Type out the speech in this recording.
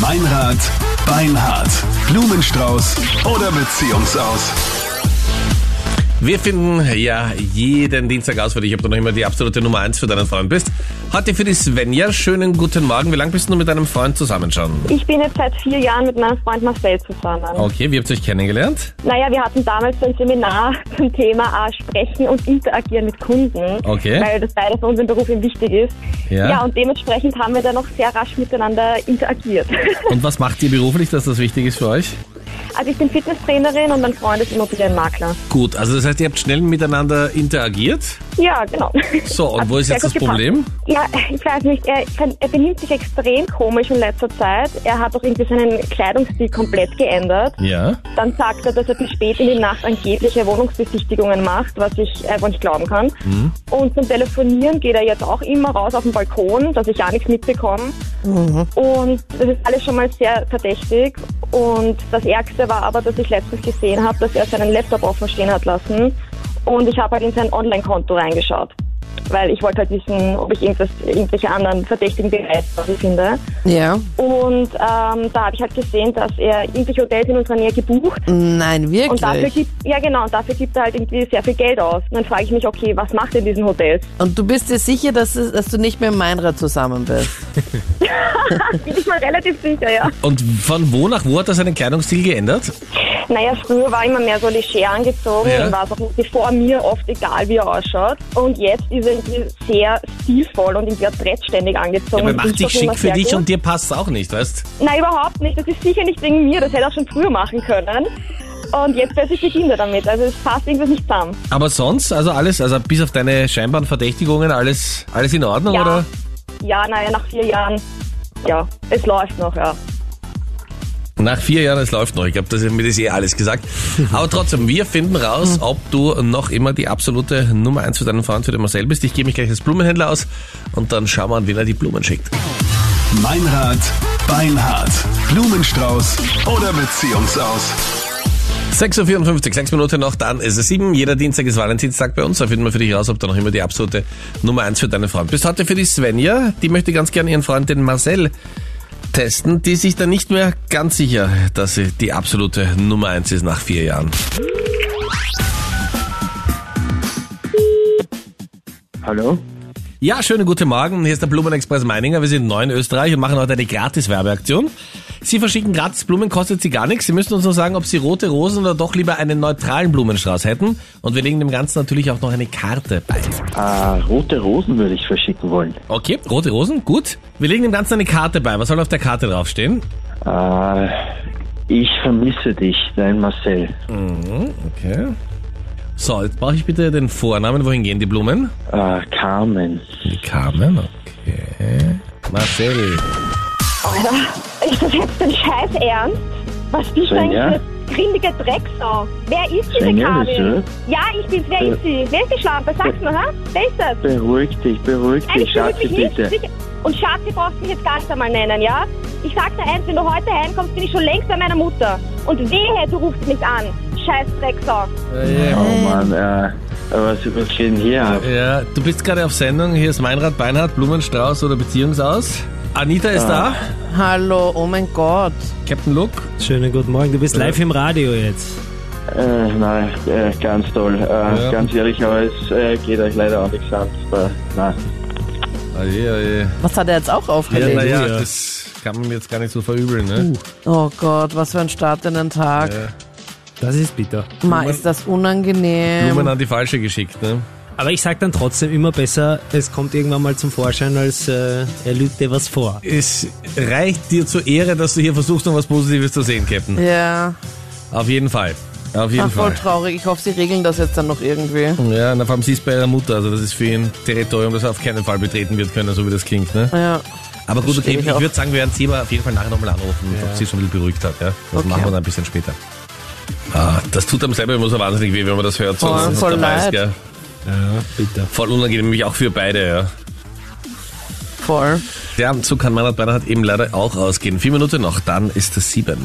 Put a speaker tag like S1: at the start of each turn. S1: Meinrad, Beinhard, Blumenstrauß oder Beziehungsaus.
S2: Wir finden ja jeden Dienstag aus für dich, ob du noch immer die absolute Nummer eins für deinen Freund bist. Heute für die Svenja, schönen guten Morgen. Wie lange bist du mit deinem Freund zusammen schon?
S3: Ich bin jetzt seit vier Jahren mit meinem Freund Marcel zusammen.
S2: Okay, wie habt ihr euch kennengelernt?
S3: Naja, wir hatten damals so ein Seminar zum Thema äh, Sprechen und Interagieren mit Kunden,
S2: Okay.
S3: weil das beides für unseren Beruf eben wichtig ist.
S2: Ja.
S3: ja, und dementsprechend haben wir dann noch sehr rasch miteinander interagiert.
S2: Und was macht ihr beruflich, dass das wichtig ist für euch?
S3: Also ich bin Fitnesstrainerin und mein Freund ist Immobilienmakler.
S2: Gut, also das heißt, ihr habt schnell miteinander interagiert.
S3: Ja, genau.
S2: So, und
S3: Hat
S2: wo ist
S3: sehr
S2: jetzt
S3: gut
S2: das Problem?
S3: Ja, ich weiß nicht, er, kann- er benimmt sich extrem komisch in letzter Zeit. Er hat auch irgendwie seinen Kleidungsstil komplett geändert.
S2: Ja.
S3: Dann sagt er, dass er bis spät in die Nacht angebliche Wohnungsbesichtigungen macht, was ich einfach nicht glauben kann. Und zum Telefonieren geht er jetzt auch immer raus auf den Balkon, dass ich ja nichts mitbekomme. Und das ist alles schon mal sehr verdächtig. Und das Ärgste war aber, dass ich letztens gesehen habe, dass er seinen Laptop offen stehen hat lassen. Und ich habe halt in sein Online-Konto reingeschaut. Weil ich wollte halt wissen, ob ich irgendwas, irgendwelche anderen verdächtigen Beweise finde.
S4: Ja.
S3: Und ähm, da habe ich halt gesehen, dass er irgendwelche Hotels in unserer Nähe gebucht
S4: Nein,
S3: und dafür
S4: wirklich.
S3: gibt, ja genau, und dafür gibt er halt irgendwie sehr viel Geld aus. Und dann frage ich mich, okay, was macht er in diesen Hotels?
S4: Und du bist dir sicher, dass, es, dass du nicht mit Meinrad zusammen bist?
S3: Bin ich mal relativ sicher, ja.
S2: Und von wo nach wo hat er seinen Kleidungsstil geändert?
S3: Naja, früher war ich immer mehr so leger angezogen
S2: Ja.
S3: und war es auch irgendwie vor mir oft egal, wie er ausschaut. Und jetzt ist er irgendwie sehr stilvoll und irgendwie adrettständig angezogen.
S2: Aber
S3: Und
S2: macht
S3: ich
S2: dich
S3: finde
S2: schick
S3: das
S2: für
S3: immer sehr
S2: dich
S3: gut.
S2: und dir passt auch nicht, weißt?
S3: Nein, überhaupt nicht. Das ist sicher nicht wegen mir. Das hätte er auch schon früher machen können. Und jetzt plötzlich beginnt er damit. Also es passt irgendwas nicht zusammen.
S2: Aber sonst, also alles, also bis auf deine scheinbaren Verdächtigungen, alles, alles in Ordnung,
S3: Ja.
S2: oder?
S3: Ja, naja, nach vier Jahren, ja, es läuft noch, ja.
S2: Nach vier Jahren, es läuft noch. Ich glaube, das haben mir das eh alles gesagt. Aber trotzdem, wir finden raus, ob du noch immer die absolute Nummer eins für deinen Freund, für den Marcel bist. Ich gebe mich gleich als Blumenhändler aus und dann schauen wir an, wen er die Blumen schickt.
S1: Meinrad, Beinhard, Blumenstrauß oder Beziehungsaus.
S2: 6.54 Uhr, sechs Minuten noch, dann ist es sieben. Jeder Dienstag ist Valentinstag bei uns. Da finden wir für dich raus, ob du noch immer die absolute Nummer eins für deinen Freund bist. Heute für die Svenja, die möchte ganz gerne ihren Freund, den Marcel, testen. Die ist sich da nicht mehr ganz sicher, dass sie die absolute Nummer eins ist nach vier Jahren.
S5: Hallo?
S2: Ja, schönen guten Morgen. Hier ist der Blumenexpress Meininger. Wir sind neu in Österreich und machen heute eine Gratis-Werbeaktion. Sie verschicken gratis Blumen, kostet Sie gar nichts. Sie müssen uns nur sagen, ob Sie rote Rosen oder doch lieber einen neutralen Blumenstrauß hätten. Und wir legen dem Ganzen natürlich auch noch eine Karte bei.
S5: Äh, rote Rosen würde ich verschicken wollen.
S2: Okay, rote Rosen, gut. Wir legen dem Ganzen eine Karte bei. Was soll auf der Karte draufstehen?
S5: Äh, ich vermisse dich, dein Marcel.
S2: Okay. So, jetzt brauche ich bitte den Vornamen. Wohin gehen die Blumen?
S5: Äh, Carmen.
S2: Die Carmen, okay. Marcel.
S3: Alter, ist das jetzt dein Scheiß Ernst? Was bist du
S5: Svenja?
S3: eigentlich für grindige Drecksau? Wer ist diese
S5: Svenja, bist
S3: Karin?
S5: du?
S3: Ja, ich bin's. Wer
S5: Äh.
S3: ist sie? Wer ist die Schlampe? Sag's mir, ha? Wer ist das?
S5: Beruhig dich, beruhig
S3: Nein,
S5: dich,
S3: ich bin
S5: Schatzi,
S3: wirklich nicht
S5: bitte.
S3: sicher. Und Schatzi brauchst du mich jetzt gar nicht einmal nennen, ja? Ich sag dir eins, wenn du heute heimkommst, bin ich schon längst bei meiner Mutter. Und wehe, du rufst mich an. Scheiß Drecksau.
S5: Oh Mann, äh, was, was geht denn hier ab?
S2: Ja, du bist gerade auf Sendung. Hier ist Meinrad Beinhardt, Blumenstrauß oder Beziehungsaus. Anita ist
S4: Hallo, oh mein Gott.
S2: da. Captain Luke.
S6: Schönen guten Morgen, du bist live im Radio jetzt.
S5: Äh, nein, äh, ganz toll. Äh,
S2: Ja.
S5: Ganz ehrlich, aber es äh, geht euch leider auch nichts an. Äh, nein.
S2: Oje, oje.
S4: Was hat er jetzt auch
S2: ah, Ja,
S4: aufgelegt?
S2: naja,
S6: ja.
S2: das kann man mir jetzt gar nicht so verübeln. Ne?
S4: Oh Gott, was für ein Start in den Tag.
S2: Ja.
S6: Das ist bitter.
S4: Ma, ist das unangenehm.
S2: Blumen an die falsche geschickt. Ne?
S6: Aber ich sag dann trotzdem immer besser, es kommt irgendwann mal zum Vorschein, als äh, er lügt dir was vor.
S2: Es reicht dir zur Ehre, dass du hier versuchst, noch was Positives zu sehen, Captain.
S4: Ja,
S2: Auf jeden Fall. Auf jeden
S4: Ach, voll
S2: Fall.
S4: traurig. Ich hoffe, sie regeln das jetzt dann noch irgendwie.
S2: Ja, na, vor allem sie ist bei ihrer Mutter, also das ist für ihn Territorium, das er auf keinen Fall betreten wird können, so wie das klingt. Ne?
S4: Ja.
S2: Aber gut, okay,
S4: Verstehe
S2: ich
S4: ich auch.
S2: würde sagen, wir werden sie aber auf jeden Fall nachher nochmal anrufen, ob sie schon ein bisschen beruhigt hat. Ja? Das
S4: Okay.
S2: machen wir dann ein bisschen später. Ah, das tut einem selber immer so wahnsinnig weh, wenn man das hört. So,
S4: Voll,
S2: dass man
S4: voll
S2: dabei ist,
S4: leid.
S2: gell?
S6: Ja, bitter.
S2: Voll unangenehm, nämlich auch für beide. Ja,
S4: Voll.
S2: ja so kann Meinrad Bernhard eben leider auch ausgehen. Vier Minuten noch, dann ist es sieben.